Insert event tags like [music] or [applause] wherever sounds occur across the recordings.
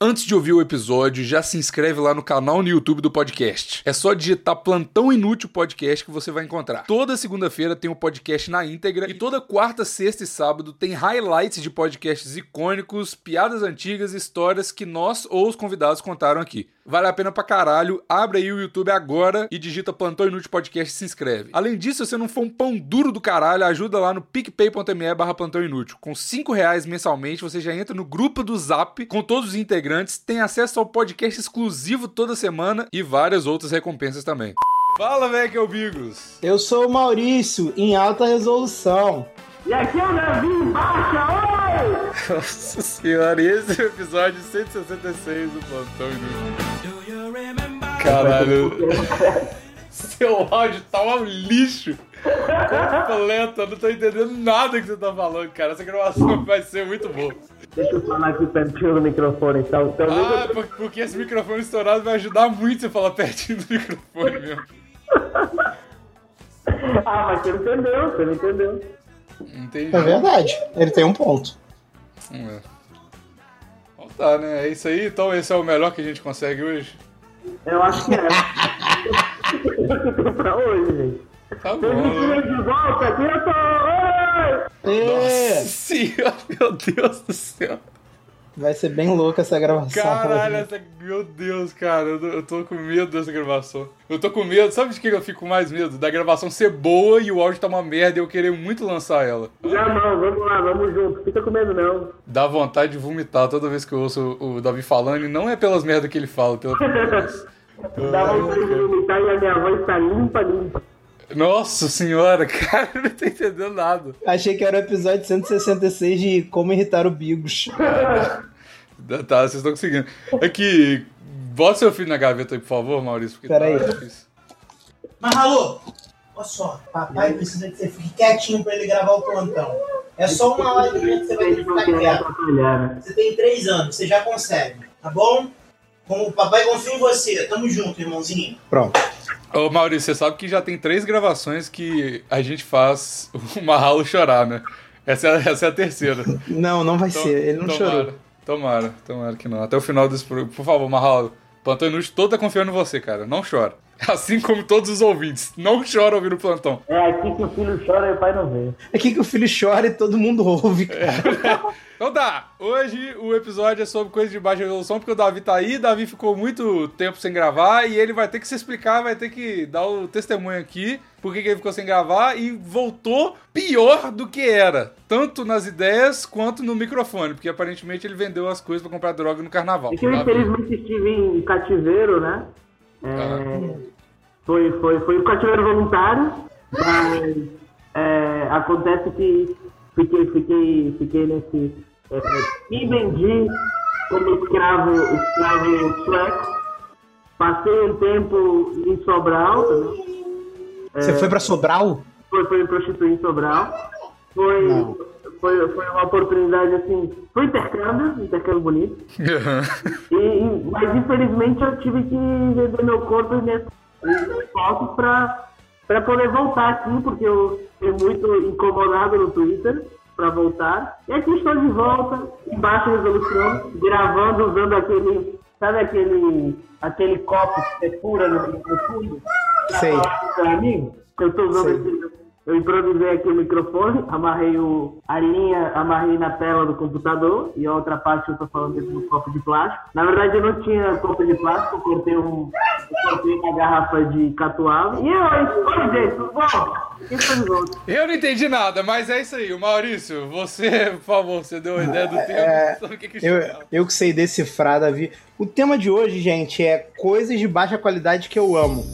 Antes de ouvir o episódio, já se inscreve lá no canal no YouTube do podcast. É só digitar Plantão Inútil Podcast que você vai encontrar. Toda segunda-feira tem o podcast na íntegra e toda quarta, sexta e sábado tem highlights de podcasts icônicos, piadas antigas e histórias que nós ou os convidados contaram aqui. Vale a pena pra caralho. Abre aí o YouTube agora e digita Plantão Inútil Podcast e se inscreve. Além disso, se você não for um pão duro do caralho, ajuda lá no picpay.me barra Plantão Inútil. Com 5 reais mensalmente, você já entra no grupo do Zap com todos os integrantes tem acesso ao podcast exclusivo toda semana e várias outras recompensas também. Fala, velho, que é o Bigos. Eu sou o Maurício, em alta resolução. E aqui é o Davi em baixa, oi! Nossa senhora, esse é o episódio 166 do Plantão Inútil. Caralho. [laughs] Seu áudio tá um lixo completo. Eu não tô entendendo nada que você tá falando, cara. Essa gravação vai ser muito boa. Deixa eu falar aqui pertinho do microfone, então. então ah, eu... porque esse microfone estourado vai ajudar muito você falar pertinho do microfone mesmo. ah, mas você não entendeu, você não entendeu. Entendi. É verdade, ele tem um ponto. É. Bom, tá, né? É isso aí, então esse é o melhor que a gente consegue hoje? Eu acho que é. [laughs] pra hoje, gente. Tá bom. de volta, diretor! Nossa É, senhora, meu Deus do céu. vai ser bem louca essa gravação. Caralho, hoje. essa... meu Deus, cara, eu tô- eu tô com medo dessa gravação. Eu tô com medo, sabe de que eu fico com mais medo? Da gravação ser boa e o áudio tá uma merda e eu querer muito lançar ela. Já não, vamos lá, vamos junto. Fica com medo, não. Dá vontade de vomitar toda vez que eu ouço o o Davi falando, e não é pelas merdas que ele fala, pela Dá vontade de vomitar e a minha voz tá limpa, limpa. [laughs] Nossa senhora, [laughs] cara, eu não tô entendendo nada. Achei que era o episódio 166 de Como Irritar o Bigos. Tá, Tá, vocês estão conseguindo. É que. Bota seu filho na gaveta aí, por favor, Maurício, porque Pera aí. tá difícil. Mas, alô, olha só, papai precisa que você fique quietinho pra ele gravar o plantão. É só uma hora e meia que você vai ter que Vocês não ficar querem quieto. atrapalhar, né? Você tem três anos, você já consegue, tá bom? Como o papai confia em você, tamo junto, irmãozinho. Pronto. Ô Maurício, você sabe que já tem três gravações que a gente faz o Marralo chorar, né? Essa é, essa é a terceira. Não, não Então, vai ser. Ele não tomara, chorou. Tomara, tomara que não. Até o final desse programa. Por favor, Marralo, Plantão Inútil, todo tá confiando em você, cara. Não chora. Assim como todos os ouvintes. Não chora ouvir o plantão. É aqui que o filho chora e o pai não vê. É que que o filho chora e todo mundo ouve, cara. Então tá, hoje o episódio é sobre coisas de baixa resolução, porque o Davi tá aí, Davi ficou muito tempo sem gravar e ele vai ter que se explicar, vai ter que dar o testemunho aqui, por que que ele ficou sem gravar e voltou pior do que era, tanto nas ideias quanto no microfone, porque aparentemente ele vendeu as coisas pra comprar droga no carnaval. E é que eu Davi. infelizmente estive em cativeiro, né? É, Aham. foi, foi, foi um cativeiro voluntário, mas é, acontece que fiquei, fiquei, fiquei nesse. É, é, me vendi como escravo, escravo sueco. Passei um tempo em Sobral também. Você foi pra Sobral? foi, foi me prostituir em Sobral. Foi, Não. foi, foi uma oportunidade assim. Foi intercâmbio, intercâmbio bonito. E- e- mas infelizmente eu tive que vender meu corpo e assim, minhas minhas fotos pra, pra poder voltar aqui, porque eu fui muito incomodado no Twitter pra voltar. E aqui estou de volta, em baixa resolução, gravando usando aquele. Sabe aquele. aquele copo que você fura no, no fundo? Pra Sei. falar com os amigos? Eu tô usando Sei. aquele. Eu improvisei aqui o microfone, amarrei o, a linha, amarrei na tela do computador e a outra parte eu tô falando dentro do copo de plástico. Na verdade eu não tinha copo de plástico, eu cortei, um, eu cortei uma garrafa de catuaba. E eu, oi gente, tudo bom? E foi de volta. [laughs] Eu não entendi nada, mas é isso aí. O Maurício, você, por favor, você deu a ideia do tempo. Sabe o que que É, Eu, eu que sei decifrar, Davi. O tema de hoje, gente, é coisas de baixa qualidade que eu amo.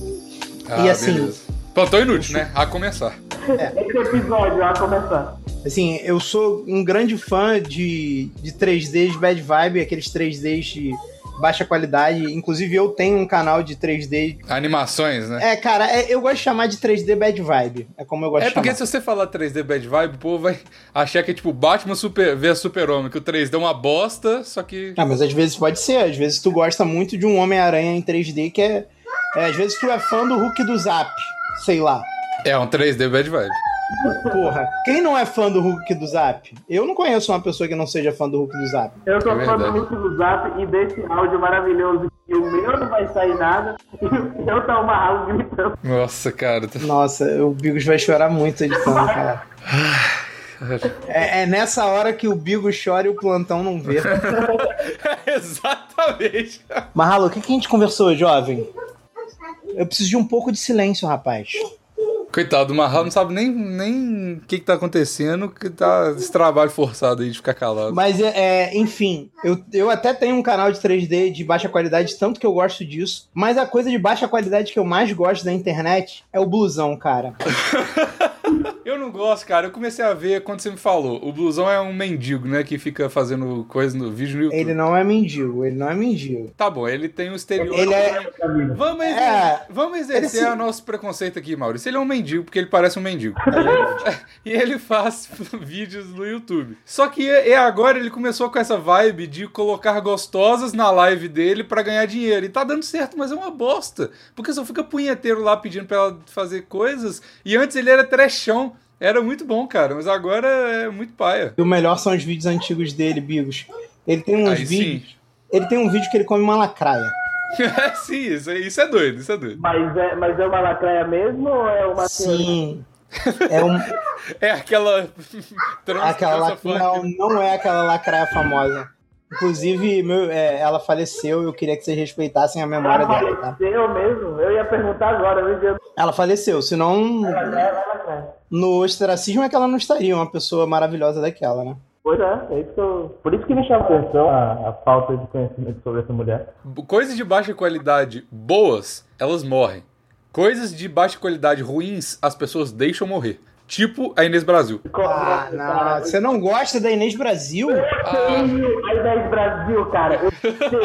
e assim- Plantão inútil, né? A começar. Esse episódio, vai começar. Assim, eu sou um grande fã de, de 3Ds bad vibe, aqueles 3Ds de baixa qualidade. Inclusive, eu tenho um canal de 3D. Animações, né? É, cara, é- eu gosto de chamar de 3D bad vibe. É como eu gosto É de chamar. porque se você falar 3D Bad Vibe, o povo vai achar que é tipo Batman super, vs Super-Homem, que o 3D é uma bosta, só que. Ah, mas às vezes pode ser. Às vezes tu gosta muito de um Homem-Aranha em 3D que é, é, Às vezes tu é fã do Hulk do Zap, sei lá. É um 3D Bad Vibe. Porra, quem não é fã do Hulk do Zap? Eu não conheço uma pessoa que não seja fã do Hulk do Zap. Eu sou É fã do verdade. Hulk do Zap e desse áudio maravilhoso que o meu não vai sair nada [laughs] e o seu tá uma ralo gritando. Nossa, cara. tá- Nossa, o Bigos vai chorar muito editando, cara. É, é nessa hora que o Bigos chora e o plantão [laughs] não vê. [laughs] Exatamente. Marralo, o que, que a gente conversou, jovem? Eu preciso de um pouco de silêncio, rapaz. Coitado, o Marral não sabe nem nem o que, que tá acontecendo, que tá esse trabalho forçado aí de ficar calado. Mas, é, é, enfim, eu, eu até tenho um canal de 3D de baixa qualidade, tanto que eu gosto disso. Mas a coisa de baixa qualidade que eu mais gosto da internet é o blusão, cara. Eu não gosto, cara. Eu comecei a ver quando você me falou. O blusão é um mendigo, né? Que fica fazendo coisa no vídeo no YouTube. Ele não é mendigo, ele não é mendigo. Tá bom, ele tem um estereótipo. Ele é. Vamos, exer- É, vamos exercer ele se- o nosso preconceito aqui, Maurício. Ele é um mendigo, porque ele parece um mendigo. [laughs] e ele faz [laughs] vídeos no YouTube. Só que é é agora ele começou com essa vibe de colocar gostosas na live dele pra ganhar dinheiro. E tá dando certo, mas é uma bosta. Porque só fica punheteiro lá pedindo pra ela fazer coisas. E antes ele era trechão. Era muito bom, cara, mas agora é muito paia. E o melhor são os vídeos antigos dele, Bigos. Ele tem uns Aí vídeos. sim. Ele tem um vídeo que ele come uma lacraia. sim, isso [laughs] é, isso é doido, isso é doido. Mas é, mas é uma lacraia mesmo ou é uma senhora? Sim. É um, É [laughs] aquela. trans- aquela transa lac... Não, não é aquela lacraia famosa. Inclusive, meu, é, ela faleceu eu queria que vocês respeitassem a memória Ela dela, tá? faleceu mesmo? Eu ia perguntar agora, eu ia Ela faleceu, senão no ostracismo é que ela não estaria uma pessoa maravilhosa daquela, né? Pois é, é isso que eu... Por isso que me chama a atenção a, a falta de conhecimento sobre essa mulher. Coisas de baixa qualidade boas, elas morrem. Coisas de baixa qualidade ruins, as pessoas deixam morrer. Tipo a Inês Brasil. Ah, Correto, não, é cara. você não gosta da Inês Brasil? Odeio a Inês Brasil, cara. Eu odeio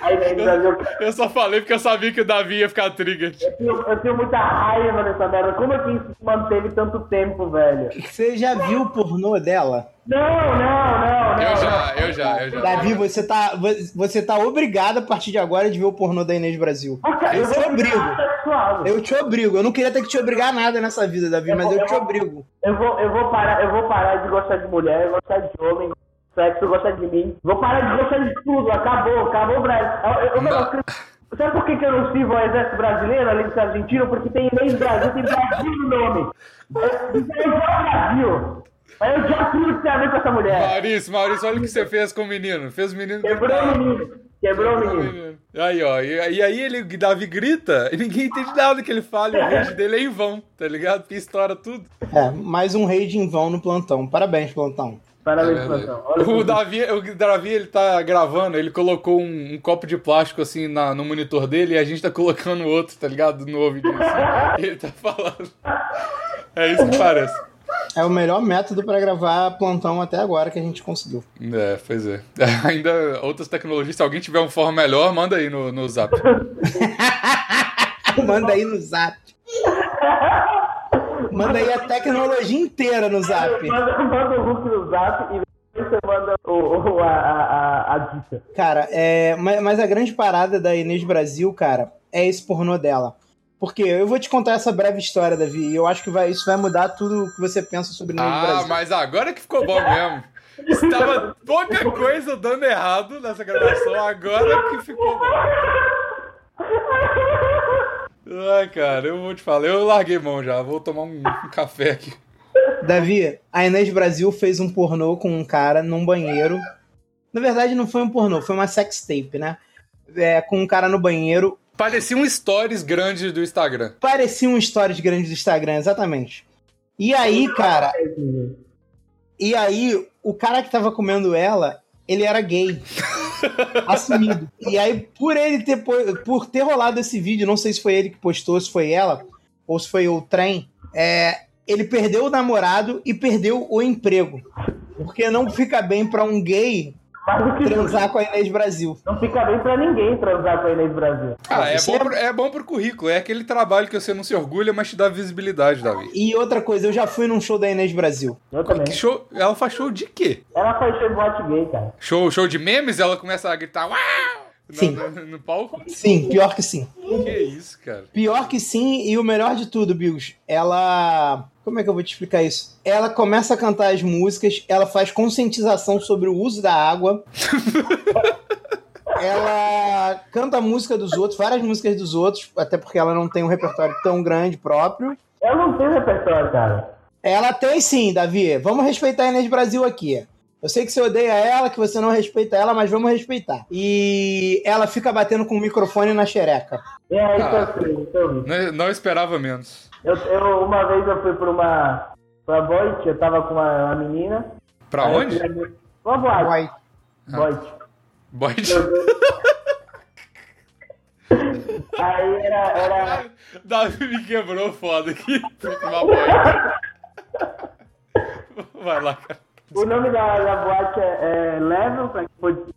a Inês Brasil. Eu só falei porque eu sabia que o Davi ia ficar trigger. Eu tenho, eu tenho muita raiva nessa merda. Como é que isso se manteve tanto tempo, velho? Você já viu o pornô dela? Não, não, não, não. Eu já, eu já, eu já. Davi, você tá, você tá obrigado a partir de agora de ver o pornô da Inês Brasil. Ah, cara, Eu vou é te um virar obrigo. sexual. Eu te obrigo. Eu não queria ter que te obrigar a nada nessa vida, Davi, mas eu te obrigo. Eu vou, eu vou parar, eu vou parar de gostar de mulher, eu vou gostar de homem, sexo, eu gostar de mim. Vou parar de gostar de tudo, acabou, acabou o Brasil. Eu, eu, eu, Não. sabe por que, que eu não sirvo ao exército brasileiro além de ser argentino? Porque tem inglês Brasil, tem Brasil no nome. Eu, então eu sou Brasil. É Mas eu já tudo que tem a ver com essa mulher. Maurício, Maurício, olha o que você fez com o menino. Fez o menino Quebrou o gritar. menino. Quebrou o menino. Aí, ó, e, e aí ele, Davi grita e ninguém entende nada que ele fala. E o vídeo dele é em vão, tá ligado? Porque estoura tudo. É, mais um rei de em vão no plantão. Parabéns, plantão. Parabéns, É Plantão. verdade. O Davi, o Davi, ele tá gravando, ele colocou um, um copo de plástico assim na- no monitor dele e a gente tá colocando outro, tá ligado? No ouvido. Assim. Ele tá falando. É isso que parece. É o melhor método pra gravar plantão até agora que a gente conseguiu. [laughs] É, pois é. [laughs] Ainda outras tecnologias, se alguém tiver uma forma melhor, manda aí no, no zap. Manda aí no zap. Manda aí a tecnologia inteira no zap. Manda, manda o Hulk no zap e depois você manda o, o- a, a, a- a dica. Cara, é, ma- mas a grande parada da Inês Brasil, cara, é esse pornô dela. Porque eu vou te contar essa breve história, Davi, e eu acho que vai- isso vai mudar tudo que você pensa sobre Inês Ah, Brasil. mas agora que ficou bom mesmo. Estava pouca coisa dando errado nessa gravação, agora que ficou bom. Ai, cara, eu vou te falar, eu larguei mão já, vou tomar um café aqui. Davi, a Inês Brasil fez um pornô com um cara num banheiro. Na verdade, não foi um pornô, foi uma sex tape, né? É, com um cara no banheiro, Parecia um stories grande do Instagram. Parecia um stories grande do Instagram, exatamente. E aí, cara. E aí, o cara que tava comendo ela, ele era gay. assumido. E aí, por ele ter po- por ter rolado esse vídeo, não sei se foi ele que postou, se foi ela, ou se foi o trem, é, ele perdeu o namorado e perdeu o emprego. Porque não fica bem pra um gay Mas o que transar com a Inês Brasil. Não fica bem pra ninguém transar com a Inês Brasil. Ah, é Isso bom, é- pro, é bom pro currículo, é aquele trabalho que você não se orgulha, mas te dá visibilidade, Davi. E outra coisa, eu já fui num show da Inês Brasil. Eu também. Que show, ela faz show de quê? Ela faz show de boate gay, cara. Show, show de memes? Ela começa a gritar, uau! Sim. Na- na- no palco? Sim, pior que sim. Que isso, cara. Pior que sim, e o melhor de tudo, Bigos, ela. Como é que eu vou te explicar isso? Ela começa a cantar as músicas, ela faz conscientização sobre o uso da água. ela canta a música dos outros, várias músicas dos outros, até porque ela não tem um repertório tão grande próprio. Eu não tenho repertório, cara. Ela tem sim, Davi. Vamos respeitar a Inês Brasil aqui. Eu sei que você odeia ela, que você não respeita ela, mas vamos respeitar. E ela fica batendo com o microfone na xereca. É, isso Ah. eu sei, isso eu vi. Não, não esperava menos. Eu, eu- uma vez eu fui pra uma, pra boite, eu tava com uma, uma menina. Pra Aí eu onde? fui ali- Uma boate. Uai. boite. Boyd. Aí era, era, [laughs] Davi me quebrou foda aqui. Fui tomar banho. Vai lá, cara. O nome da, da boate é, é Level, pra quem for de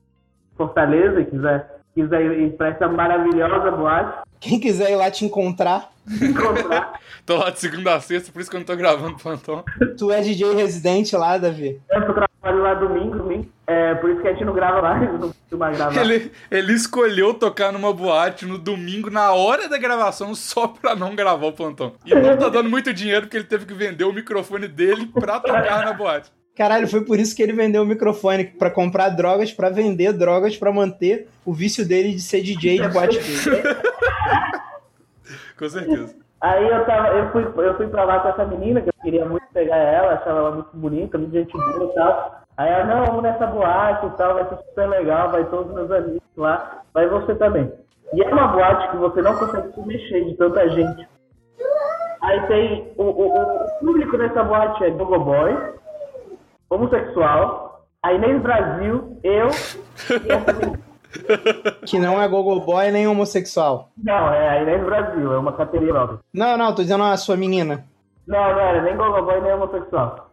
Fortaleza e quiser, quiser ir pra essa maravilhosa boate. [laughs] Quem quiser ir lá te encontrar, Encontrar. Tô lá de segunda a sexta, por isso que eu não tô gravando plantão. tu é DJ residente lá, Davi. Eu trabalho lá domingo, domingo. É, por isso que a gente não grava lá, não costuma gravar. Ele, ele escolheu tocar numa boate no domingo, na hora da gravação, só pra não gravar o plantão. E não tá dando muito dinheiro, porque ele teve que vender o microfone dele pra tocar na boate. Caralho, foi por isso que ele vendeu o microfone pra comprar drogas, pra vender drogas, pra manter o vício dele de ser DJ de boate. gay. Com certeza. Aí eu, tava, eu, fui, eu fui pra lá com essa menina, que eu queria muito pegar ela, achava ela muito bonita, muito gente boa e tal. Aí ela, não, vamos nessa boate e tal, vai ser super legal, vai todos os meus amigos lá, vai você também. E é uma boate que você não consegue se mexer de tanta gente. Aí tem o, o- o público dessa boate é Gogo Boy, homossexual, a Inês Brasil, eu e essa menina. que não é gogoboy nem homossexual. Não, é a Inês Brasil, é uma categoria nova. Não, não, tô dizendo a sua menina. Não, não era nem Gogo Boy, nem homossexual.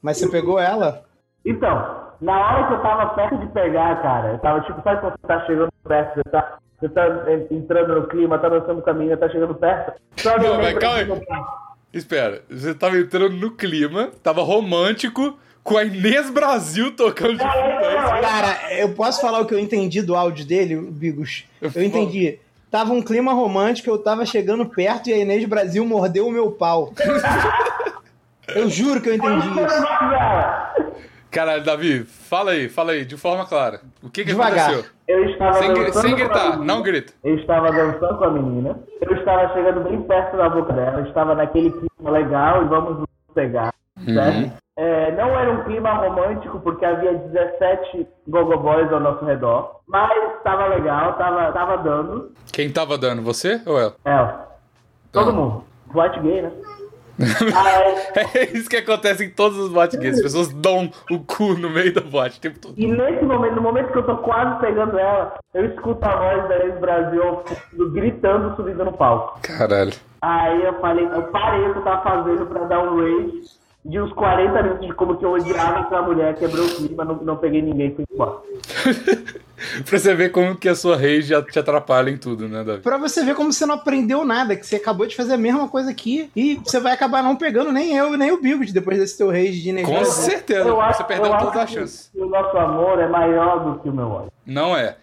Mas você pegou ela? Então, na hora que eu tava perto de pegar, cara, eu tava tipo, sabe quando você tá chegando perto, você tá, você tá en- entrando no clima, tá dançando com a menina, tá chegando perto. Só Não, eu mas lembro calma de- Espera, você tava entrando no clima, tava romântico, com a Inês Brasil tocando de fundo. é isso? Cara, eu posso falar o que eu entendi do áudio dele, Bigos? Eu entendi. Tava um clima romântico, eu tava chegando perto e a Inês Brasil mordeu o meu pau. Eu juro que eu entendi isso. Caralho, Davi, fala aí, fala aí, de forma clara. O que que Devagar. aconteceu? Eu estava Sem, gri- dançando sem com a gritar, menina. não grita. Eu estava dançando com a menina, eu estava chegando bem perto da boca dela, eu estava naquele clima legal e vamos nos pegar, certo? É, não era um clima romântico, porque havia 17 gogoboys ao nosso redor, mas estava legal, estava tava dando. Quem tava dando, você ou ela? [laughs] É, todo Ah. mundo. Boate gay, né? Aí, É isso que acontece em todos os boate gays. As pessoas dão o cu no meio da boate o tempo todo. e nesse momento, no momento que eu tô quase pegando ela, eu escuto a voz da ex-Brasil ao fundo, gritando, subindo no palco. Caralho. Aí eu falei, eu parei o que eu tava fazendo pra dar um rage de uns 40 minutos de como que eu odiava aquela mulher, quebrou o clima, não, não peguei ninguém, fui embora. pra você ver como que a sua rage já te atrapalha em tudo, né, Davi? Pra você ver como você não aprendeu nada, que você acabou de fazer a mesma coisa aqui e você vai acabar não pegando nem eu e nem o Bigos depois desse teu rage de Com negócio. certeza, Eu acho- você perdeu eu acho todas as que chances. O nosso amor é maior do que o meu ódio. Não é.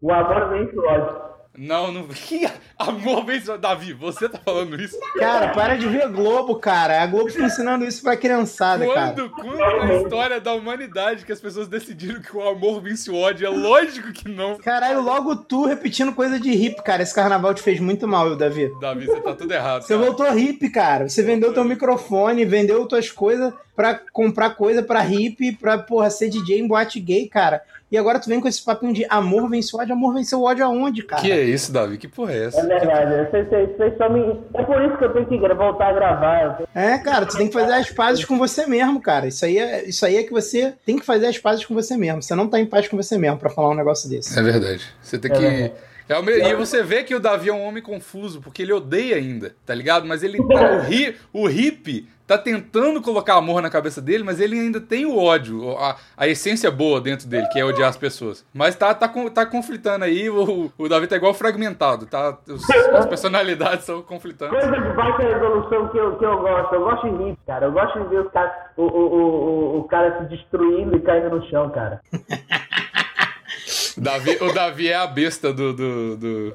O amor vence o ódio. Não, não. [laughs] Que amor, vem só- Davi, você tá falando isso? Cara, para de ver Globo, cara. A Globo tá ensinando isso pra criançada, cara. Quando, quando na história da humanidade que as pessoas decidiram que o amor vence o ódio? É lógico que não. Caralho, logo tu repetindo coisa de hip, cara. Esse carnaval te fez muito mal, eu, Davi. Davi, você tá tudo errado. Você cara. voltou hippie, cara. Você vendeu teu microfone, vendeu tuas coisas pra comprar coisa pra hippie, pra, porra, ser DJ em boate gay, cara. E agora tu vem com esse papinho de amor venceu ódio. Amor venceu ódio aonde, cara? Que é isso, Davi? Que porra é É essa? verdade, vocês, vocês, vocês só me... É por isso que eu tenho que gra- voltar a gravar. eu tenho- É, cara, tu tem que fazer as pazes com você mesmo, cara. Isso aí, é, isso aí é que você tem que fazer as pazes com você mesmo. Você não tá em paz com você mesmo pra falar um negócio desse. É verdade. Você tem que. É o me- E você vê que o Davi é um homem confuso, porque ele odeia ainda, tá ligado? Mas ele tá. O, ri... o hippie tá tentando colocar amor na cabeça dele, mas ele ainda tem o ódio, a, a essência boa dentro dele, que é odiar as pessoas. Mas tá, tá, con- tá conflitando aí, o, o Davi tá igual fragmentado, tá? Os- as personalidades são conflitando. Coisa de baixa resolução que eu, que eu gosto. Eu gosto de rir, cara. Eu gosto de ver os caras- o, o, o, o- o cara se destruindo e caindo no chão, cara. Davi, o Davi é a besta do, do, do,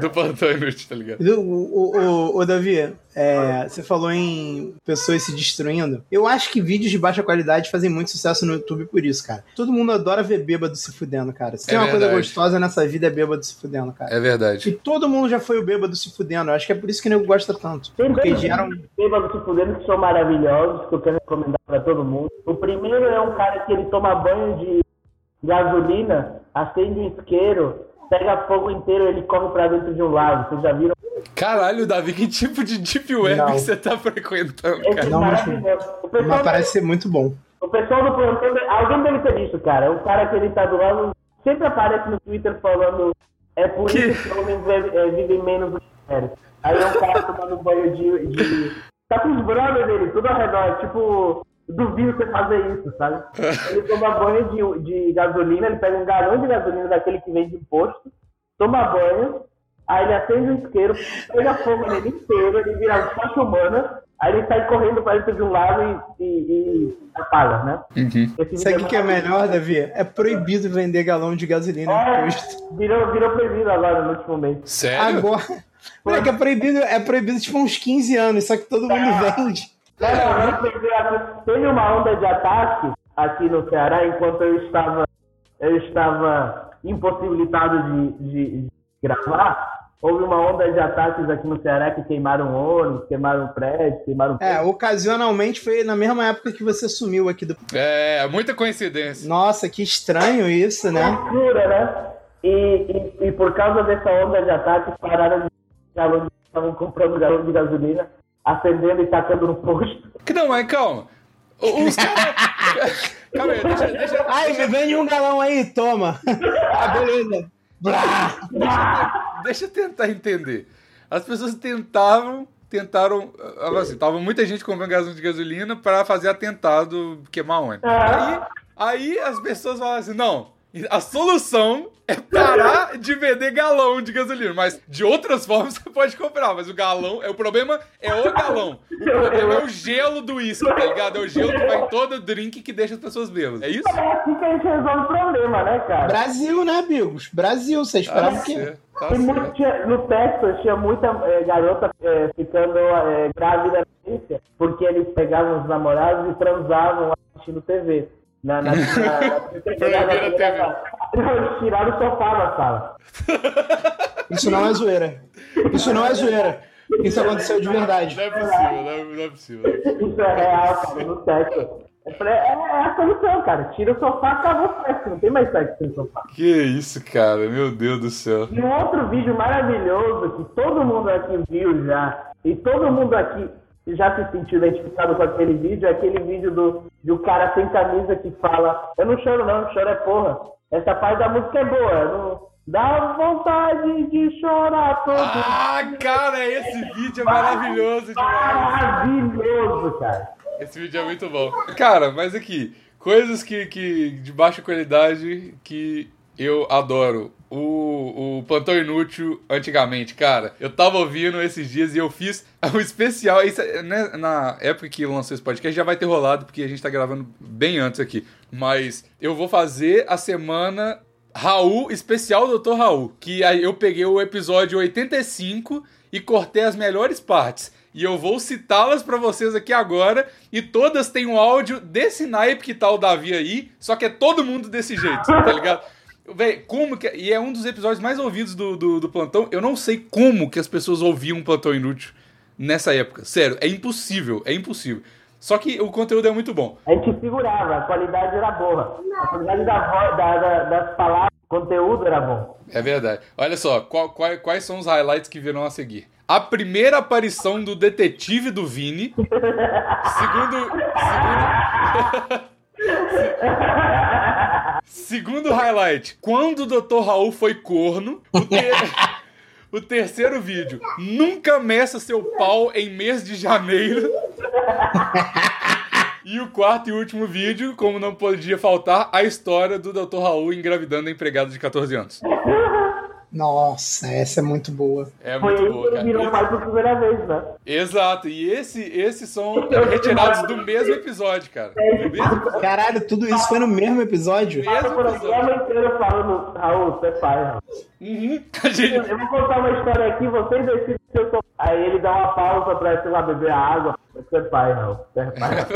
do plantão inútil, tá ligado? O, o, o, o Davi, é, você falou em pessoas se destruindo. Eu acho que vídeos de baixa qualidade fazem muito sucesso no YouTube por isso, cara. Todo mundo adora ver bêbado se fudendo, cara. Se É tem uma coisa verdade. gostosa nessa vida é bêbado se fudendo, cara. É E verdade. todo mundo já foi o bêbado se fudendo. Eu acho que é por isso que o nego gosta tanto. Tem Porque um- dois geram. bêbados se fudendo que são maravilhosos, que eu quero recomendar pra todo mundo. O primeiro é um cara que ele toma banho de gasolina, acende um isqueiro, pega fogo inteiro e ele corre pra dentro de um lago. Vocês já viram? Caralho, Davi, que tipo de deep web Não. que você tá frequentando, Esse cara? é Não, mas- maravilhoso. O pessoal, Mas parece ser muito bom. o pessoal do plantão, alguém deve ter visto, cara. O cara que ele tá do lado sempre aparece no Twitter falando é por Que- isso que homens ve- eh, vivem menos do que mulheres. Aí é um cara tomando banho de, de... Tá com os brothers dele, tudo ao redor, tipo... Duvido você fazer isso, sabe? Ele toma banho de, de gasolina, ele pega um galão de gasolina daquele que vende em posto, toma banho, aí ele acende um isqueiro, pega fogo nele inteiro, ele vira faixa humana, aí ele sai correndo pra dentro de um lado e, e, e apaga, né? Esse Sabe o que vídeo que é maravilhoso. melhor, Davi? É proibido vender galão de gasolina no posto. É, virou, virou proibido agora no último mês. Sério? Agora. Moleque, é proibido, é proibido tipo uns 15 anos, só que todo mundo vende. Não, não, não teve, a- teve uma onda de ataque aqui no Ceará enquanto eu estava, eu estava impossibilitado de, de- de gravar. Houve uma onda de ataques aqui no Ceará que queimaram ônibus, queimaram prédio, queimaram. É, ocasionalmente foi na mesma época que você sumiu aqui do. É, é muita coincidência. Nossa, que estranho isso, né? loucura, né? E, e, e por causa dessa onda de ataque, pararam de galão, estavam comprando galão de gasolina, acendendo e tacando no posto. Que não, mas calma. O- Os caras. [laughs] calma aí, deixa, deixa, Ai, me vende um galão aí, toma. [laughs] Ah, beleza. Blá. deixa eu tentar entender. As pessoas tentavam, tentaram, ah, assim, tava muita gente comprando gasolina de gasolina para fazer atentado, queimar ônibus. Aí, aí as pessoas falavam assim, não, a solução é parar de vender galão de gasolina, mas de outras formas você pode comprar, mas o galão, é o problema é o galão. O problema é o gelo do uísque, tá ligado? É o gelo que vai em todo drink que deixa as pessoas bêbadas. É isso? É assim que a gente resolve o problema, né, cara? Brasil, né, amigos? Brasil, Tá você esperava o quê? certo, tá Tem muito- certo. tinha- no Texas tinha muita eh, garota eh, ficando eh, grávida na polícia, porque eles pegavam os namorados e transavam assistindo TV. Na, na, na, Proibiram a TV. Eles tiraram o sofá da sala. Isso não é zoeira. Isso não é zoeira. Isso aconteceu de verdade. Não é possível, não é, não é possível. não é possível. Isso é real, cara, no Texas. Eu falei, é, é a solução, cara. Tira o sofá, acabou o sexo. Não tem mais sexo sem sofá. Que isso, cara? Meu Deus do céu. E um outro vídeo maravilhoso que todo mundo aqui viu já, e todo mundo aqui já se sentiu identificado com aquele vídeo, é aquele vídeo do, do cara sem camisa que fala, eu não choro não, choro é porra. Essa parte da música é boa, eu não- dá vontade de chorar todo. Ah, cara, esse vídeo é maravilhoso demais. Maravilhoso, cara. Esse vídeo é muito bom. Cara, mas aqui, coisas que, que de baixa qualidade que eu adoro. O, o Plantão Inútil, antigamente, cara, eu tava ouvindo esses dias e eu fiz um especial. Isso, é, né, na época que lançou esse podcast, já vai ter rolado, porque a gente tá gravando bem antes aqui. Mas eu vou fazer a semana Raul, especial Dr. Raul, que aí eu peguei o episódio 85 e cortei as melhores partes. E eu vou citá-las pra vocês aqui agora, e todas têm um áudio desse naipe que tá o Davi aí, só que é todo mundo desse jeito, tá ligado? Véi, como que. E é um dos episódios mais ouvidos do, do, do plantão. Eu não sei como que as pessoas ouviam um plantão inútil nessa época. Sério, é impossível, é impossível. Só que o conteúdo é muito bom. A gente segurava, a qualidade era boa. A qualidade da, voz- da, da- das palavras, o conteúdo era bom. É verdade. Olha só, qual- qual- quais são os highlights que virão a seguir? A primeira aparição do detetive do Vini. Segundo. Segundo, [laughs] segundo highlight. Quando o Dr. Raul foi corno. O, ter- o terceiro vídeo. Nunca meça seu pau em mês de janeiro. E o quarto e último vídeo, como não podia faltar, a história do Dr. Raul engravidando a empregada de 14 anos. Nossa, essa é muito boa. É Foi muito aí que boa, ele virou cara. pai por primeira vez, né? Exato, e esse, esses [laughs] são retirados do mesmo episódio, cara. É Do mesmo episódio. Caralho, tudo isso foi no mesmo episódio? Passa Mesmo por aqui a um episódio. mãe inteira falando, Raul, você é pai, Raul. Uhum. [laughs] A gente... Eu vou contar uma história aqui, vocês decidem se eu sou. Aí ele dá uma pausa pra, sei lá, beber a água. Você é pai, Raul. Você é pai. Raul."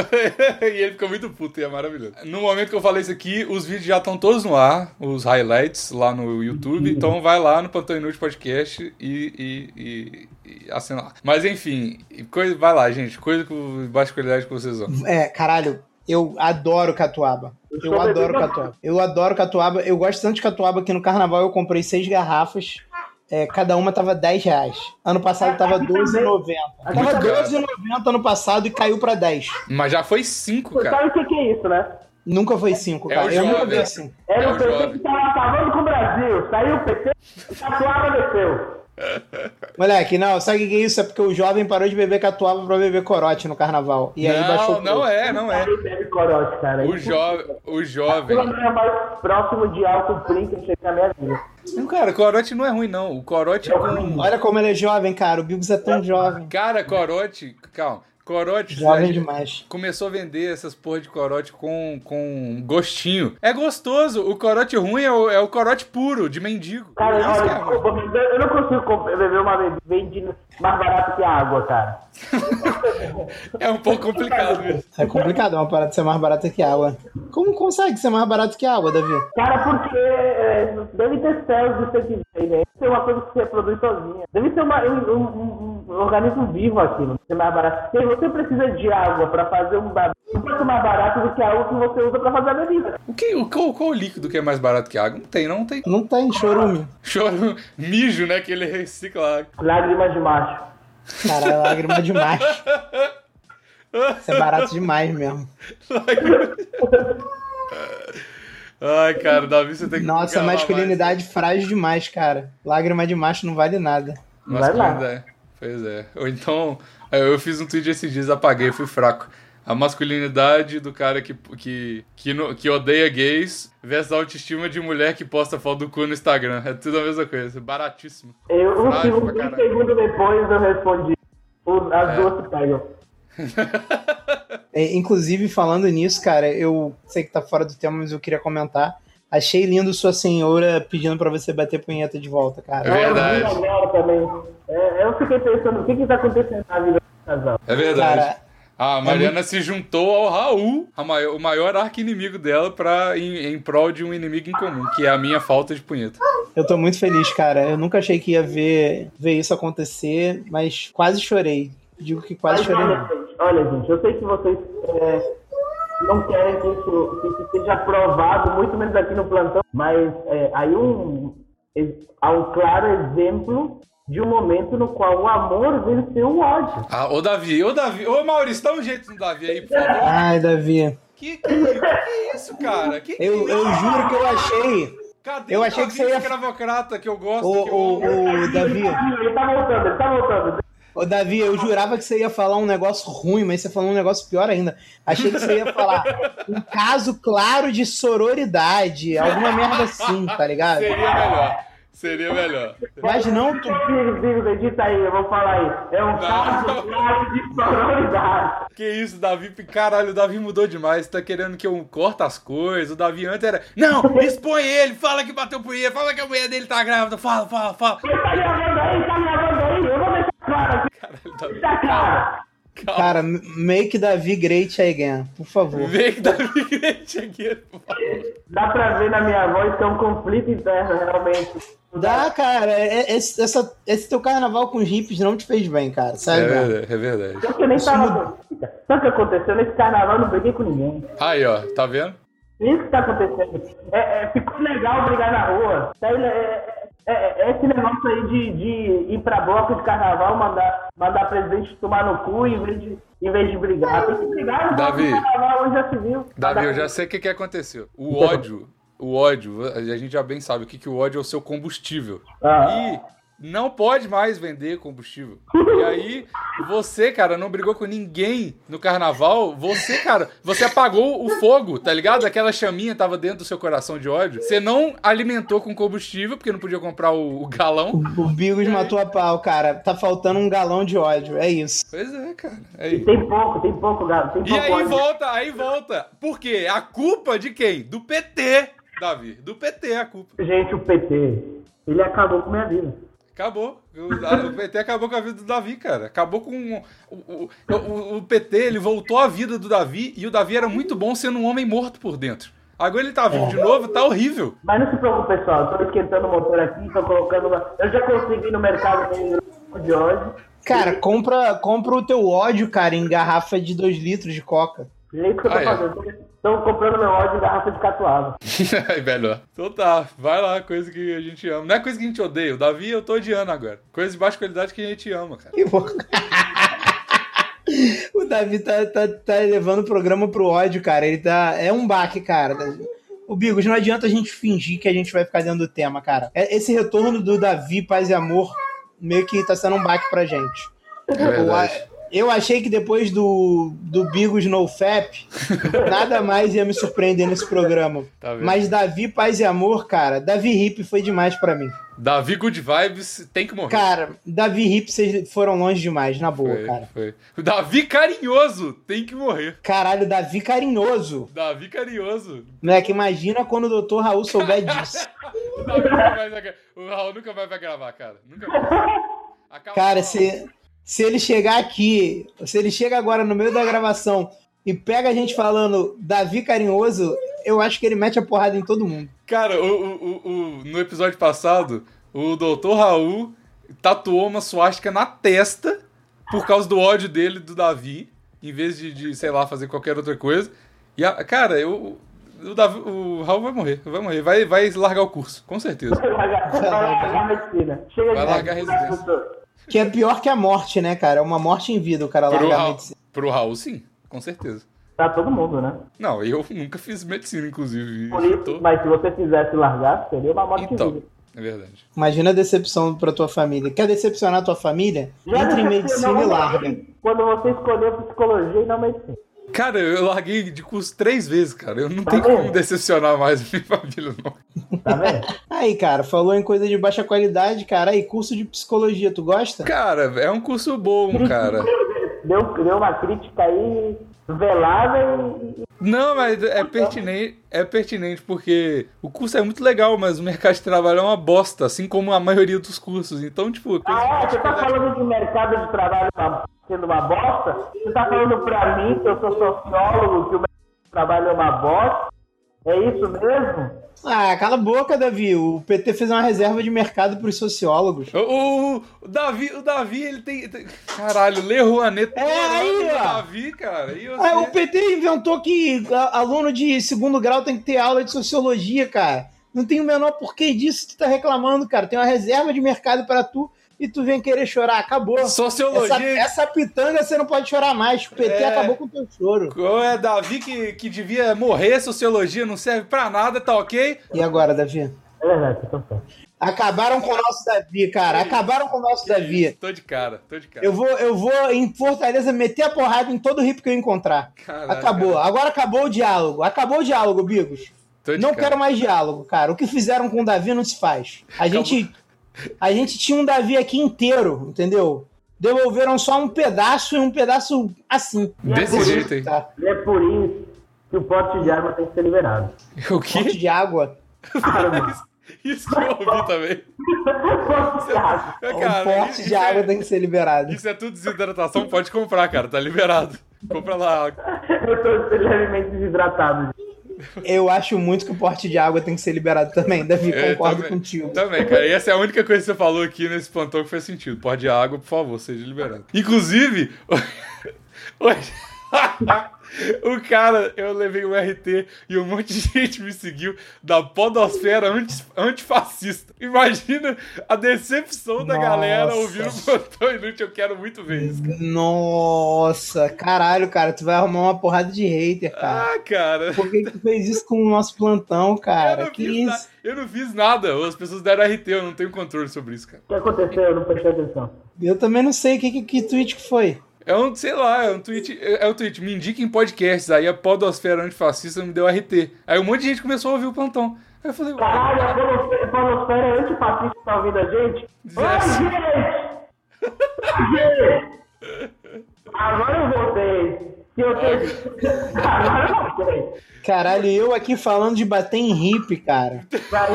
e ele ficou muito puto e é maravilhoso. No momento que eu falei isso aqui, os vídeos já estão todos no ar, os highlights lá no YouTube. Então vai lá no Pantão Inútil Podcast e, e, e, e assina lá. Mas enfim, coisa, vai lá, gente. Coisa com baixa qualidade que vocês vão. É, caralho, eu adoro catuaba. Eu sou adoro bebida. catuaba. Eu adoro catuaba. Eu gosto tanto de catuaba que no carnaval eu comprei seis garrafas. É, cada uma tava 10 reais. Ano passado tava Aqui também. 12,90. Aqui Tava também. 12,90 ano passado e caiu pra 10. Mas já foi cinco, [laughs] Você cara. sabe o que, que é isso, né? Nunca foi 5, É cara. o eu nunca jovem. vi assim. 5. Era É o o PT jovem. que tava acabando com o Brasil. Saiu o PT, Tatuava desceu. Moleque, não, sabe o que é isso? É porque o jovem parou de beber catuaba pra beber corote no carnaval. E aí baixou Não, o não preço. é, não é. Aí teve corote, cara. O, jovem o jovem. Pelo menos mais próximo de alto print que eu cheguei na minha vida. Não, Cara, o corote não é ruim, não. O corote é com. Olha como ele é jovem, cara. O Bigos é tão jovem. Cara, corote. Calma. Corote. Jovem Zé, demais. Começou a vender essas porra de corote com, com gostinho. É gostoso. O corote ruim é o, é o corote puro, de mendigo. Cara, Isso que é olha, ruim. desculpa, eu- eu não consigo comp- beber uma bebida mais barata que a água, cara. é um pouco complicado mesmo. É complicado uma parada de ser mais barata que água. Como consegue ser mais barato que água, Davi? Cara, porque é, deve ter céus do que aí, né? Isso é uma coisa que se reproduz sozinha. Deve ser uma- um, um- um organismo vivo aquilo, que é mais barato. Porque você precisa de água pra fazer um bagulho muito mais barato do que a água que você usa pra fazer a bebida. O que, o, qual, qual o líquido que é mais barato que água? Não tem, não tem. Não tem chorume. Choro, [laughs] mijo, né? Que ele recicla. Lágrimas de macho. Cara, lágrima demais. Isso é barato demais mesmo. [laughs] Ai, cara, Davi, você tem que. Nossa, gravar masculinidade frágil demais, cara. Lágrima de macho não vale nada. Mais. Vai lá. Masculinidade. Pois é. Ou então, eu fiz um tweet esses dias, apaguei, fui fraco. A masculinidade do cara que, que, que, no- que odeia gays versus a autoestima de mulher que posta foto do cu no Instagram. É tudo a mesma coisa, baratíssimo. Eu, um Frágil segundo, pra um caralho. segundo depois eu respondi. Os- As duas se pegam. É, inclusive, falando nisso, cara, eu sei que tá fora do tema, mas eu queria comentar. Achei lindo sua senhora pedindo pra você bater punheta de volta, É cara. verdade. Eu, vi agora também. É, eu fiquei pensando, o que que tá acontecendo na vida do casal? É verdade. Cara, a Mariana se juntou ao Raul, a maior, o maior arco-inimigo dela, pra, em, em prol de um inimigo em comum, que é a minha falta de punheta. Eu tô muito feliz, cara. Eu nunca achei que ia ver, ver isso acontecer, mas quase chorei. Digo que quase Mas, chorei. olha, gente, olha, gente, eu sei que vocês é, não querem que isso, que isso seja aprovado, muito menos aqui no plantão, mas é, aí um, há um claro exemplo de um momento no qual o amor venceu o ódio. Ah, ô Davi, ô Davi, ô Maurício, dá um jeito no Davi aí, por favor. Ai, Davi. Que, que, que isso, cara? Que, é que Eu, eu isso? juro que eu achei. Cadê Eu o achei que Davi você ia- escravocrata que eu Ô, gosto? que eu ô, amo? ô, Davi. Ele tá voltando, ele tá voltando. Ô, Davi, eu jurava que você ia falar um negócio ruim, mas você falou um negócio pior ainda. Achei que você ia falar um caso claro de sororidade, alguma merda assim, tá ligado? Seria melhor. Seria melhor. Mas não, tu... Digo, digo, edita aí, eu vou falar aí. É um caso claro de sororidade. Que isso, Davi? Caralho, o Davi mudou demais. Tá querendo que eu corta as coisas. O Davi antes era. Não, expõe ele, fala que bateu punheta, fala que a mulher dele tá grávida. Fala, fala, fala. Ele tá me olhando aí, tá me olhando aí, eu vou deixar claro aqui. Caralho, Davi. Tá claro. cara, make Davi great again, por favor. Vem que Davi [laughs] Grande É aqui, por favor. Dá pra ver na minha voz que é um conflito interno, realmente. Dá, cara, é- é- esse, essa- esse teu carnaval com os hippies não te fez bem, cara, É sabe? verdade, é verdade. Só que eu nem tava com Sabe o que aconteceu? Nesse carnaval eu não briguei com ninguém. Aí, ó, tá vendo? Isso que tá acontecendo. É, é, ficou legal brigar na rua. Tá, é, é, é, é esse negócio aí de, de ir pra bloco de carnaval, mandar, mandar presidente tomar no cu em vez de, em vez de brigar. Tem que brigar no bloco Davi. de carnaval, hoje já se viu. Davi, eu já sei o que, que aconteceu. O ódio, o ódio, a gente já bem sabe o que, que o ódio é o seu combustível. Ah. E não pode mais vender combustível. E aí, você, cara, não brigou com ninguém no carnaval. Você, cara, você apagou o fogo, tá ligado? Aquela chaminha tava dentro do seu coração de ódio. Você não alimentou com combustível, porque não podia comprar o, o galão. O Bigos matou a pau, cara. Tá faltando um galão de ódio. É isso. Pois é, cara. Aí. Tem pouco, tem pouco, gato. Tem E pouco aí óleo. volta, aí volta. Por quê? A culpa de quem? Do PT, Davi. Do PT a culpa. Gente, o PT, ele acabou com minha vida. Acabou. O, a- o PT acabou com a vida do Davi, cara. Acabou com. O, o, o- o PT, ele voltou à vida do Davi e o Davi era muito bom sendo um homem morto por dentro. Agora ele tá vivo de novo, tá [laughs] horrível. Mas não se preocupe, pessoal. Tô esquentando o motor aqui, tô colocando uma... Eu já consegui no mercado negro de hoje. Cara, compra, compra o teu ódio, cara, em garrafa de 2 litros de coca. E é isso que eu tô Ah, é. fazendo. Estou comprando meu ódio em garrafa de [laughs] catuaba. Ai, velho. Então tá, vai lá, coisa que a gente ama. Não é coisa que a gente odeia. O Davi eu tô odiando agora. Coisa de baixa qualidade que a gente ama, cara. E vou- [laughs] o Davi tá, tá, tá levando o programa pro ódio, cara. Ele tá. É um baque, cara. O Bigos, não adianta a gente fingir que a gente vai ficar dentro do tema, cara. É- Esse retorno do Davi, paz e amor, meio que tá sendo um baque pra gente. É Eu a- Eu achei que depois do, do Bigos No Fap, nada mais ia me surpreender nesse programa. Tá vendo? Mas Davi, paz e amor, cara, Davi Hip foi demais pra mim. Davi Good Vibes tem que morrer. Cara, Davi Hip, vocês foram longe demais, na boa, foi, cara. foi. O Davi carinhoso tem que morrer. Caralho, Davi carinhoso. Davi carinhoso. Moleque, imagina quando o Dr. Raul souber disso. O Davi nunca mais vai gra- O Raul nunca mais vai gravar, cara. Nunca mais. Acabou. Cara, se, se ele chegar aqui, se ele chega agora no meio da gravação e pega a gente falando Davi carinhoso, eu acho que ele mete a porrada em todo mundo. Cara, o, o- o- o- no episódio passado, o Dr. Raul tatuou uma suástica na testa por causa do ódio dele do Davi, em vez de, de, sei lá, fazer qualquer outra coisa. E, a- cara, eu. O, Davi- o Raul vai morrer, vai morrer, vai, vai largar o curso, com certeza. Vai largar vai largar a medicina. Chega Vai de largar a residência. doutor. Que é pior que a morte, né, cara? É uma morte em vida o cara Pro largar a Raul, medicina. pro Raul, sim, com certeza. Tá todo mundo, né? Não, eu nunca fiz medicina, inclusive. e Por eu isso, tô- mas se você fizesse largar, seria uma morte Então, vida. é verdade. Imagina a decepção pra tua família. Quer decepcionar tua família? é Entra em medicina e larga. Quando você escolheu psicologia e não medicina. Cara, eu larguei de curso três vezes, cara. Eu não Tá tenho como decepcionar mais [laughs] a minha família, não. Tá vendo? [laughs] Aí, cara, falou em coisa de baixa qualidade, cara. Aí, curso de psicologia, tu gosta? Cara, é um curso bom, cara. deu, deu uma crítica aí velada e, e Não, mas é pertinente, é pertinente porque o curso é muito legal, mas o mercado de trabalho é uma bosta, assim como a maioria dos cursos. Então, tipo, a coisa ah, é, que você eu tá acho que- falando de mercado de trabalho tá sendo uma bosta? Você tá falando pra mim que eu sou sociólogo, que o mercado de trabalho é uma bosta? É isso mesmo? Ah, cala a boca, Davi. O PT fez uma reserva de mercado pros sociólogos. o, o- o Davi, o Davi, ele tem, tem- caralho, Le Rouanet, É, aí, torando o ó. Davi, cara. E você- Ah, o PT inventou que a- aluno de segundo grau tem que ter aula de sociologia, cara. Não tem o menor porquê disso que tu tá reclamando, cara. Tem uma reserva de mercado pra tu e tu vem querer chorar. Acabou. Essa, sociologia, essa pitanga você não pode chorar mais. O PT É. acabou com o teu choro. Ou é Davi que, que devia morrer, sociologia não serve pra nada, tá ok? E agora, Davi? É verdade, eu tô certo. Acabaram com o nosso Davi, cara. Acabaram com o nosso Davi. Tô de cara, tô de cara. Eu vou, eu vou em Fortaleza meter a porrada em todo hippie que eu encontrar. Caralho, acabou. Agora acabou o diálogo. Acabou o diálogo, Bigos. Tô de Não cara. quero mais diálogo, cara. O que fizeram com o Davi não se faz. A gente, a gente tinha um Davi aqui inteiro, entendeu? Devolveram só um pedaço e um pedaço assim. Desse jeito, hein? Tá? E é por isso que o pote de arma tem que ser [laughs] liberado. O Fonte quê? de água. Arma. Isso que eu ouvi também. pote de arma. É, o Um pote isso de é- água tem que ser liberado. Isso é tudo desidratação, pode comprar, cara, tá liberado. Compra lá. [laughs] Eu tô levemente desidratado. Eu acho muito que o porte de água tem que ser liberado também, Davi. É, Concordo também- contigo. Também, cara. E essa é a única coisa que você falou aqui nesse plantão que fez sentido. Pó [laughs] de água, por favor, seja liberado. Inclusive, hoje, [laughs] O cara, eu levei um RT e um monte de gente me seguiu da podosfera anti, antifascista. Imagina a decepção da Nossa. galera ouvindo o plantão inútil. Eu quero muito ver isso. cara. Nossa, caralho, cara, tu vai arrumar uma porrada de hater, cara. Ah, cara. Por que que tu fez isso com o nosso plantão, eu, cara? não Que fiz na- isso? eu não fiz nada. As pessoas deram RT, eu não tenho controle sobre isso, cara. O que aconteceu? Eu não prestei atenção. Eu também não sei que, que, que tweet que foi. É um, sei lá, é um tweet. É é um tweet. Me indiquem podcasts. Aí a podosfera antifascista me deu RT. Aí um monte de gente começou a ouvir o plantão. Aí eu falei, "Ah, ué, Caralho, a polosfera- a polosfera é antipatista que tá ouvindo a gente? Ai, Yes. gente! Ai, gente! Agora eu voltei. Se eu tenho... Agora eu voltei. Caralho, eu aqui falando de bater em hippie, cara. Vai,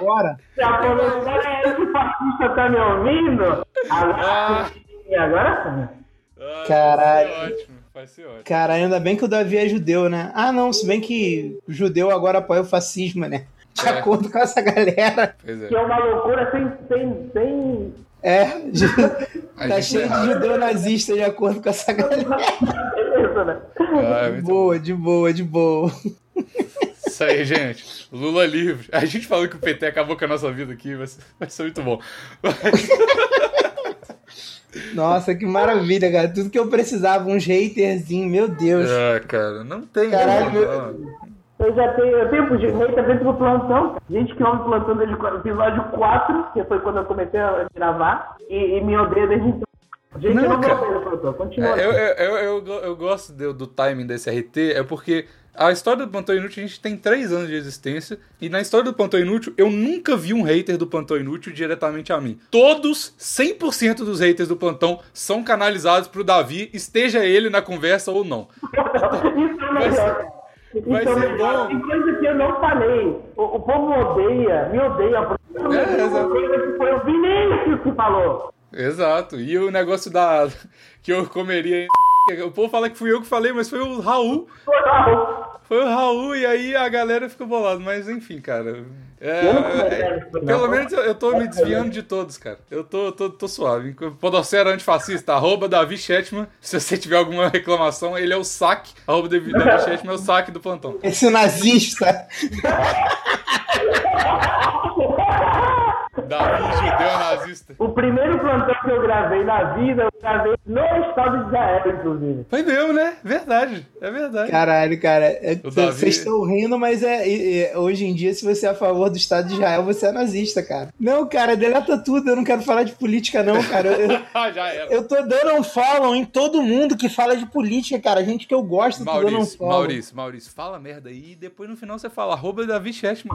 Agora. Se a polosfera é antipatista, tá me ouvindo? Agora sim. Agora sim. ah, Caralho. Vai ser ótimo, vai ser ótimo. Cara, ainda bem que o Davi é judeu, né? Ah, não, se bem que o judeu agora apoia o fascismo, né? De É. acordo com essa galera. Pois é. Que é uma loucura sem... sem, sem... É, ju- A tá gente- cheio de judeu nazista de acordo com essa galera. Beleza, né? Ah, é De Tá muito boa, de boa, de boa. Isso aí, gente. Lula livre. A gente falou que o PT acabou com a nossa vida aqui, vai ser, vai ser muito bom. Mas- Nossa, que maravilha, cara. Tudo que eu precisava, uns haterzinhos, meu Deus. Ah, cara, não tem. Caralho, não. Eu já tenho, eu tenho fugido, meio tá dentro do plantão. Gente que ouve o plantão desde o episódio 4, que foi quando eu comecei a gravar, e, e me odeia desde então. Gente, Não, eu não cara. voltei no plantão, continua. É, eu, eu, eu, eu, go- eu gosto do, do timing desse RT, é porque a história do Plantão Inútil, a gente tem três anos de existência, e na história do Plantão Inútil, eu nunca vi um hater do Plantão Inútil diretamente a mim. Todos, 100% dos haters do Plantão, são canalizados pro Davi, esteja ele na conversa ou não. [laughs] Isso é o melhor. cara. Isso vai é o ser melhor. bom. Tem coisa que eu não falei. O, o povo odeia, me odeia. Por... É, exato. coisa que foi o Vinícius que falou. Exato. E o negócio da. [laughs] que eu comeria. em- [laughs] O povo fala que fui eu que falei, mas foi o Raul. Foi lá, Foi o Raul, e aí a galera ficou bolada. Mas enfim, cara. é, Eu não quero é, né? isso, não. pelo menos eu, eu tô me desviando de todos, cara. Eu tô, tô, tô suave. Podocera antifascista, arroba Davi Chetman. Se você tiver alguma reclamação, ele é o saque. Arroba Davi, Davi Chetman é o saque do plantão. Esse nazista. Davi, judeu nazista. O primeiro plantão que eu gravei na vida, eu gravei no estado de Israel, inclusive. Foi mesmo, né? Verdade. É verdade. Caralho, cara. É, O Davi- Vocês estão rindo, mas é, é- é- hoje em dia, se você é a favor do Estado de Israel, você é nazista, cara. Não, cara, deleta tudo. Eu não quero falar de política, não, cara. Eu, eu- Ah, já era. eu tô dando um follow em todo mundo que fala de política, cara. Gente que eu gosto, eu tô dando um Maurício, follow. Maurício, Maurício, fala merda aí e depois no final você fala arroba Davi Chetman.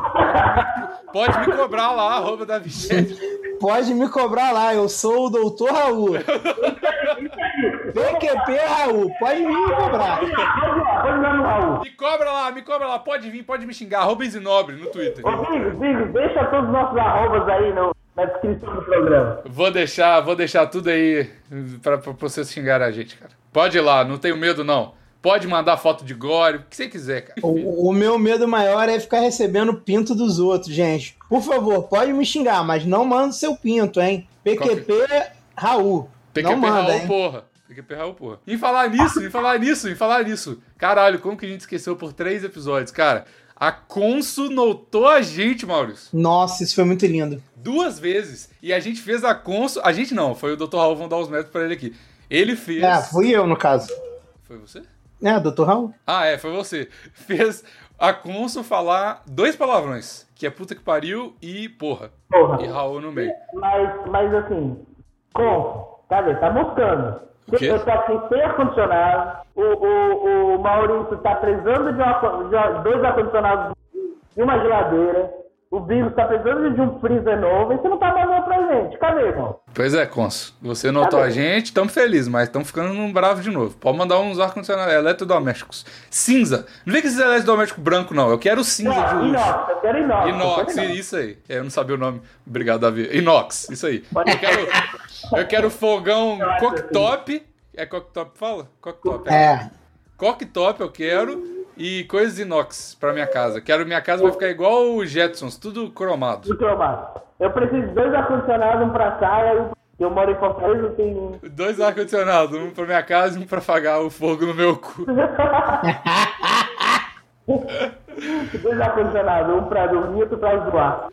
Pode me cobrar lá, arroba Davi Chetman. Pode me cobrar lá, eu sou o doutor Raul. PQP Raul, pode me cobrar. Vamos lá, vamos lá no Raul. Me cobra lá, me cobra lá, pode vir, pode me xingar, arroba Isinobre no Twitter. Ô, Digo, Digo, deixa todos os nossos arrobas aí no, na descrição do programa. Vou deixar, vou deixar tudo aí pra, pra vocês xingarem a gente, cara. Pode ir lá, não tenho medo não. Pode mandar foto de gore, o que você quiser, cara. O, o meu medo maior é ficar recebendo pinto dos outros, gente. Por favor, pode me xingar, mas não manda o seu pinto, hein? PQP Raul. PQP não manda, Raul, hein? porra. PQP Raul, porra. Em falar nisso, em falar nisso, em falar nisso. Caralho, como que a gente esqueceu por três episódios, cara? A Consul notou a gente, Maurício. Nossa, isso foi muito lindo. duas vezes. E a gente fez a consul. A gente não, foi o Dr. Raul, vão dar os métodos pra ele aqui. Ele fez. É, fui eu, no caso. Foi você? É, doutor Raul. Ah, é, foi você. Fez a consul falar dois palavrões: que é puta que pariu e porra. Porra. E Raul no meio. Mas, mas assim, com, tá vendo? Tá moscando. O quê? Eu tô aqui sem ar-condicionado. O, o, o Maurício tá precisando de, uma, co- de uma- dois ar-condicionados e uma geladeira. O Bigo tá precisando de um freezer novo. E você não tá mandando pra gente. Cadê, irmão? Pois é, Consul. Você notou a Tá bem. gente, estamos felizes, mas estamos ficando num bravo de novo. Pode mandar uns ar-condicionados eletrodomésticos. Cinza. Não liga esses eletrodomésticos branco, não. Eu quero cinza de Não, luxo. inox. Eu quero inox. eu quero Inox, isso aí. É, eu não sabia o nome. Obrigado, Davi. Inox, isso aí. Pode- Eu quero, eu quero fogão acho cooktop. É cooktop que fala? Cooktop. É. É. Cooktop eu quero e coisas inox pra minha casa. Quero minha casa vai ficar igual o Jetsons, tudo cromado. Muito amado. Eu preciso de dois ar-condicionados, um pra sala e um pra Eu moro em Fortaleza, tem. um Dois ar-condicionados, um pra minha casa e um pra afagar o fogo no meu cu. Dois ar-condicionados, um pra dormir e outro pra zoar.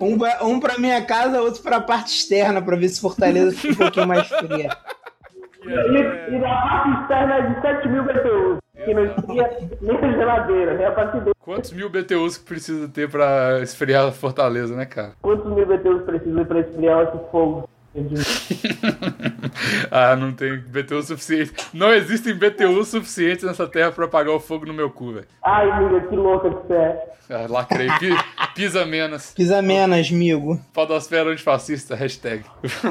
Um, pra- um pra minha casa, outro pra parte externa, pra ver se Fortaleza fica um pouquinho mais fria. E, e na parte externa é de 7 mil BTUs, que não esfria nem a geladeira, né? A partir de Quantos mil BTUs que precisa ter pra esfriar a Fortaleza, né, cara? [laughs] quantos mil BTUs precisa pra esfriar esse fogo? ah, não tem BTU suficiente. Não existem BTU suficientes nessa terra pra apagar o fogo no meu cu, velho. Ai, amiga, que louca que você é. Ah, lacrei. Pi- Pisa menos. Pisa menos, amigo. Podosfera antifascista, hashtag.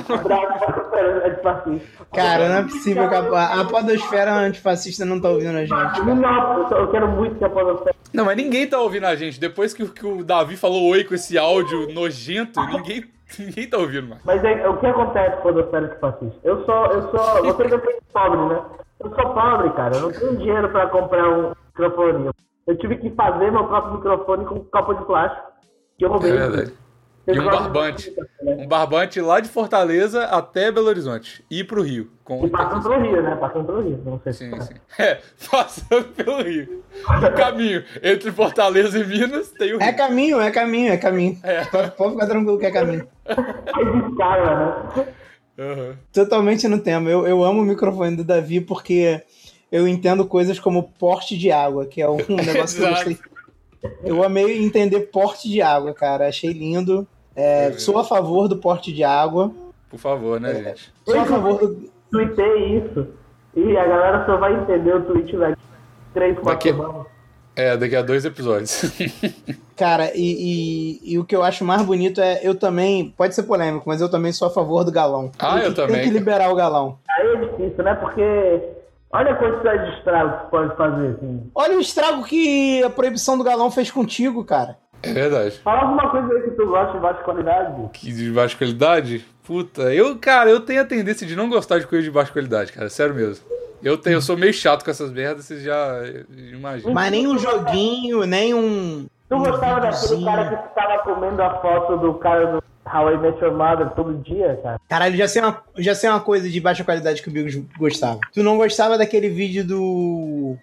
Bravo, [laughs] é de fascista. Cara, não é possível que a, a podosfera antifascista não tá ouvindo a gente. Não, não, eu quero muito que a podosfera. Não, mas ninguém tá ouvindo a gente. Depois que, o- que o Davi falou oi com esse áudio nojento, ninguém, [laughs] ninguém tá ouvindo mais. Mas é, o que acontece com a podosfera de fascista? Eu sou, eu sou, você depende de pobre, né? Eu sou pobre, cara, eu não tenho dinheiro pra comprar um microfone. Eu tive que fazer meu próprio microfone com copo de plástico, que eu roubei. É verdade. E um barbante. Um barbante lá de Fortaleza até Belo Horizonte. E pro Rio. Com... E passando pelo Rio, né? Passando pelo Rio, não sei se... Sim, [laughs] sim. É, passando pelo Rio. No caminho entre Fortaleza e Minas tem o Rio. É caminho, é caminho, é caminho. Pode, pode ficar tranquilo que é caminho. Ai, de cara, né? Aham. Totalmente no tema. Eu, eu amo o microfone do Davi porque eu entendo coisas como porte de água, que é um [laughs] negócio que eu gostei. Eu amei entender porte de água, cara. Achei lindo. É, sou a favor do porte de água. Por favor, né, gente? Sou a favor do. Tuitei isso. E a galera só vai entender o tweet daqui três, Daqui- quatro semanas. É, daqui a dois episódios. [laughs] Cara, e, e- e o que eu acho mais bonito é. Eu também. Pode ser polêmico, mas eu também sou a favor do galão. Ah, Tem que- eu também, Tem que cara. liberar o galão. Aí é difícil, né? Porque olha a quantidade de estrago que pode fazer, assim. Olha o estrago que a proibição do galão fez contigo, cara. é verdade. Fala alguma coisa aí que tu gosta de baixa qualidade. Que de baixa qualidade? Puta, eu, cara, eu tenho a tendência de não gostar de coisa de baixa qualidade, cara. Sério mesmo. Eu, tenho, eu sou meio chato com essas merdas, vocês já eh, imaginam. Mas nem um joguinho, nem um. Tu um gostava daquele videozinho. cara que ficava comendo a foto do cara do How I Met Your Mother todo dia, cara? Caralho, já sei, uma, já sei uma coisa de baixa qualidade que o Bigos gostava. Tu não gostava daquele vídeo do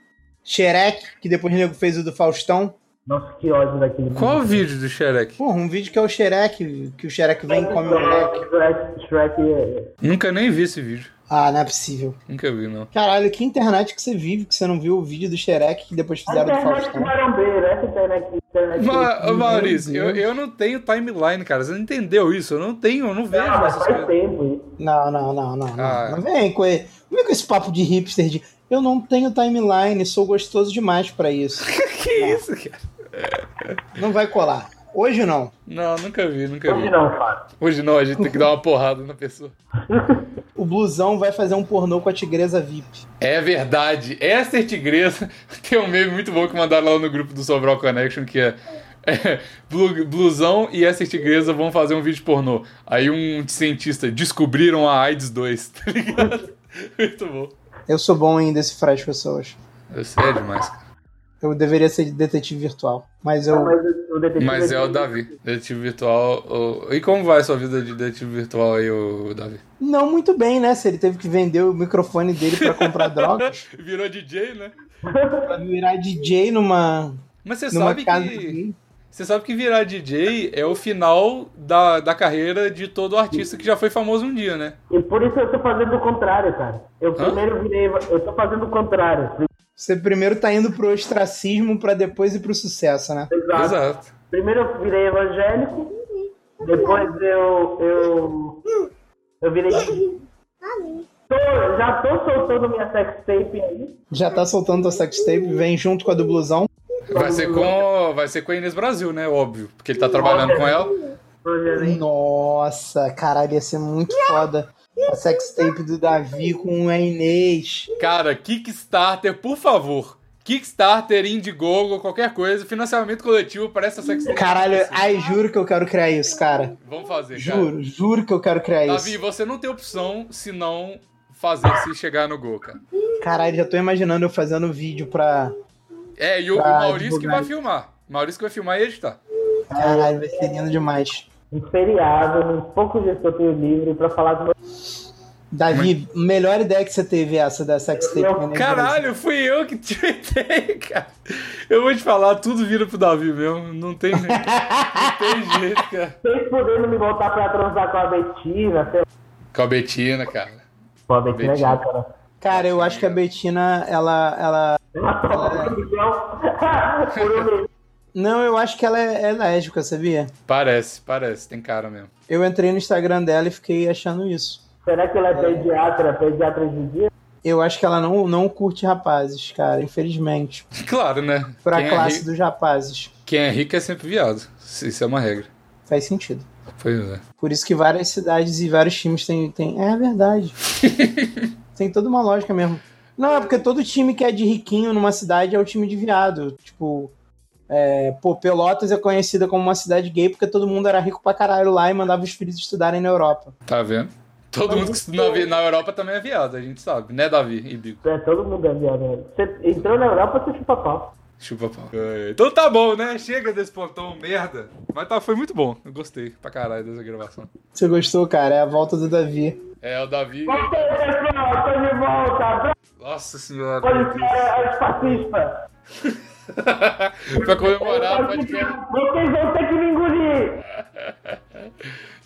Xerec, que depois o nego fez o do Faustão? Nossa, que ódio daquele Qual o vídeo do Shrek? Porra, um vídeo que é o Xerec, que o Xerec vem e come o moleque. Shrek, Shrek, Shrek é- Nunca nem vi esse vídeo. Ah, não é possível. Nunca vi, não. Caralho, que internet que você vive que você não viu o vídeo do Xerec que depois A fizeram né? do internet Faustão? marombeira, essa internet... internet Ma ô, Maurício, eu, Deus. eu não tenho timeline, cara. Você não entendeu isso? Eu não tenho, eu não vejo Ah, mas essas faz coisas. tempo isso. Não, não, não, não. Não, Ah. não vem, com, e- não vem com esse papo de hipster de eu não tenho timeline, sou gostoso demais pra isso. Que isso, cara? Não vai colar. Hoje não. Não, nunca vi, nunca Hoje vi. não, Fábio. Hoje não, a gente tem que dar uma porrada na pessoa. O blusão vai fazer um pornô com a tigresa VIP. É verdade. Esther Tigresa [laughs] tem um meme muito bom que mandaram lá no grupo do Sobral Connection, que é, é, Blu- Blusão e Esther Tigresa vão fazer um vídeo pornô. Aí um cientista, descobriram a AIDS 2, [laughs] tá ligado? Muito bom. Eu sou bom em decifrar as pessoas. Você é demais. cara. Eu deveria ser detetive virtual. Mas eu. Mas o- o detetive Mas é o um dele- Davi, detetive virtual. o- E como vai a sua vida de detetive virtual aí, o Davi? Não muito bem, né? Se ele teve que vender o microfone dele [laughs] pra comprar drogas. Virou DJ, né? Pra virar DJ numa. Mas você numa sabe casa. que... de- Você sabe que virar DJ é o final da, da carreira de todo artista que já foi famoso um dia, né? E por isso eu tô fazendo o contrário, cara. Eu primeiro virei. Eu tô fazendo o contrário. Você primeiro tá indo pro ostracismo pra depois ir pro sucesso, né? Exato. Exato. Primeiro eu virei evangélico, depois eu. Eu, eu virei. Tô- já tô soltando minha sextape aí. Já tá soltando tua sextape, vem junto com a do blusão. Vai ser com, vai ser com a Inês Brasil, né? Óbvio. Porque ele tá trabalhando com ela. Projeto. Nossa, caralho, ia ser muito foda. A sextape do Davi com a Inês. Cara, Kickstarter, por favor. Kickstarter, Indiegogo, qualquer coisa. Financiamento coletivo para essa sexta. Caralho, ai, juro que eu quero criar isso, cara. Vamos fazer, cara. Juro, juro que eu quero criar Davi, isso. você não tem opção se não fazer se chegar no gol, cara. Caralho, já tô imaginando eu fazendo vídeo pra. É, e o, o Ah, Maurício que divulgar. vai filmar. Maurício que vai filmar e editar. Caralho, vai ser lindo demais. um feriado, nos poucos dias que eu tenho livre, pra falar do meu. Davi, melhor ideia que você teve é essa da né? sextape. Eu- Mania Brasil. Caralho, fui eu que [laughs] te ideia, cara. Eu vou te falar, tudo vira pro Davi mesmo. Não tem [laughs] jeito. Não tem jeito, cara. Vocês podendo me voltar pra transar com a Betina, sei lá. Calbetina, cara. Com a Betina é Betina. gata, né? Cara, eu acho que a Betina, ela, ela... Então, [laughs] por um mês. Não, eu acho que ela é, é lésbica, sabia? Parece, parece. Tem cara mesmo. [laughs] Eu entrei no Instagram dela e fiquei achando isso. Será que ela é pediatra? Pediatra de dia? Eu acho que ela não, não curte rapazes, cara, infelizmente. Claro, né? Pra quem, é classe rico, dos rapazes. quem é rico é sempre viado. Isso é uma regra. Faz sentido. Pois é. Por isso que várias cidades e vários times têm. têm... É verdade. tem toda uma lógica mesmo. Não, é porque todo time que é de riquinho numa cidade é o time de viado. Tipo, é, pô, Pelotas é conhecida como uma cidade gay porque todo mundo era rico pra caralho lá e mandava os filhos estudarem na Europa. Tá vendo? Todo mundo que estuda na, então- vi- na Europa também é viado, a gente sabe, né, Davi e Bigo? É, todo mundo é viado. né? Você entrou na Europa, você chupa pau. Chupa pau. É, Então tá bom, né? Chega desse pontão merda. Mas tá, foi muito bom. Eu gostei pra caralho dessa gravação. Você gostou, cara? É a volta do Davi. É, o Davi. Voltei, pessoal, tô de volta. Nossa senhora. meu Pode Deus. ser é, os fascistas. pra comemorar o podcast. Vocês vão ter que me engolir.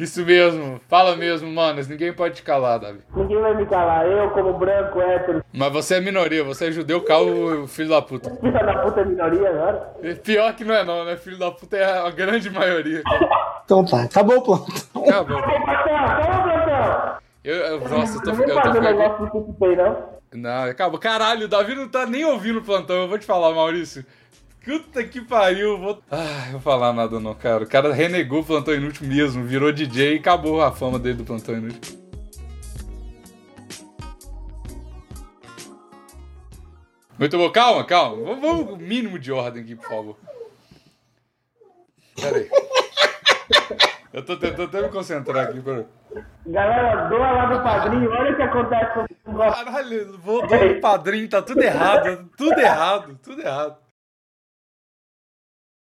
Isso mesmo. Fala mesmo, manos. Ninguém pode te calar, Davi. Ninguém vai me calar. Eu, como branco, hétero, Mas você é minoria, você é judeu, calvo, filho da puta. filha da puta minoria agora. E Pior que não é não, né? Filho da puta é a grande maioria. cara. Então tá, acabou o plantão. Acabou. Ô, Platão, calma, Platão. Eu, eu, nossa, eu tô, Não eu vem tô fazer ficando... negócio de PicPay, não. Não, acabou. Caralho, o Davi não tá nem ouvindo o plantão, eu vou te falar, Maurício. Puta que pariu, eu vou. Ah, eu vou falar nada não, cara. O cara renegou o plantão inútil mesmo, virou DJ e acabou a fama dele do plantão inútil. Muito bom, calma, calma. Vamos, vamos o mínimo de ordem aqui, por favor. Pera aí. [laughs] Eu tô tentando até me concentrar aqui, peraí. Galera, doa lá no padrinho. Olha o que acontece quando você não gosta. Caralho, voltou no padrinho, tá tudo errado, tudo errado, tudo errado.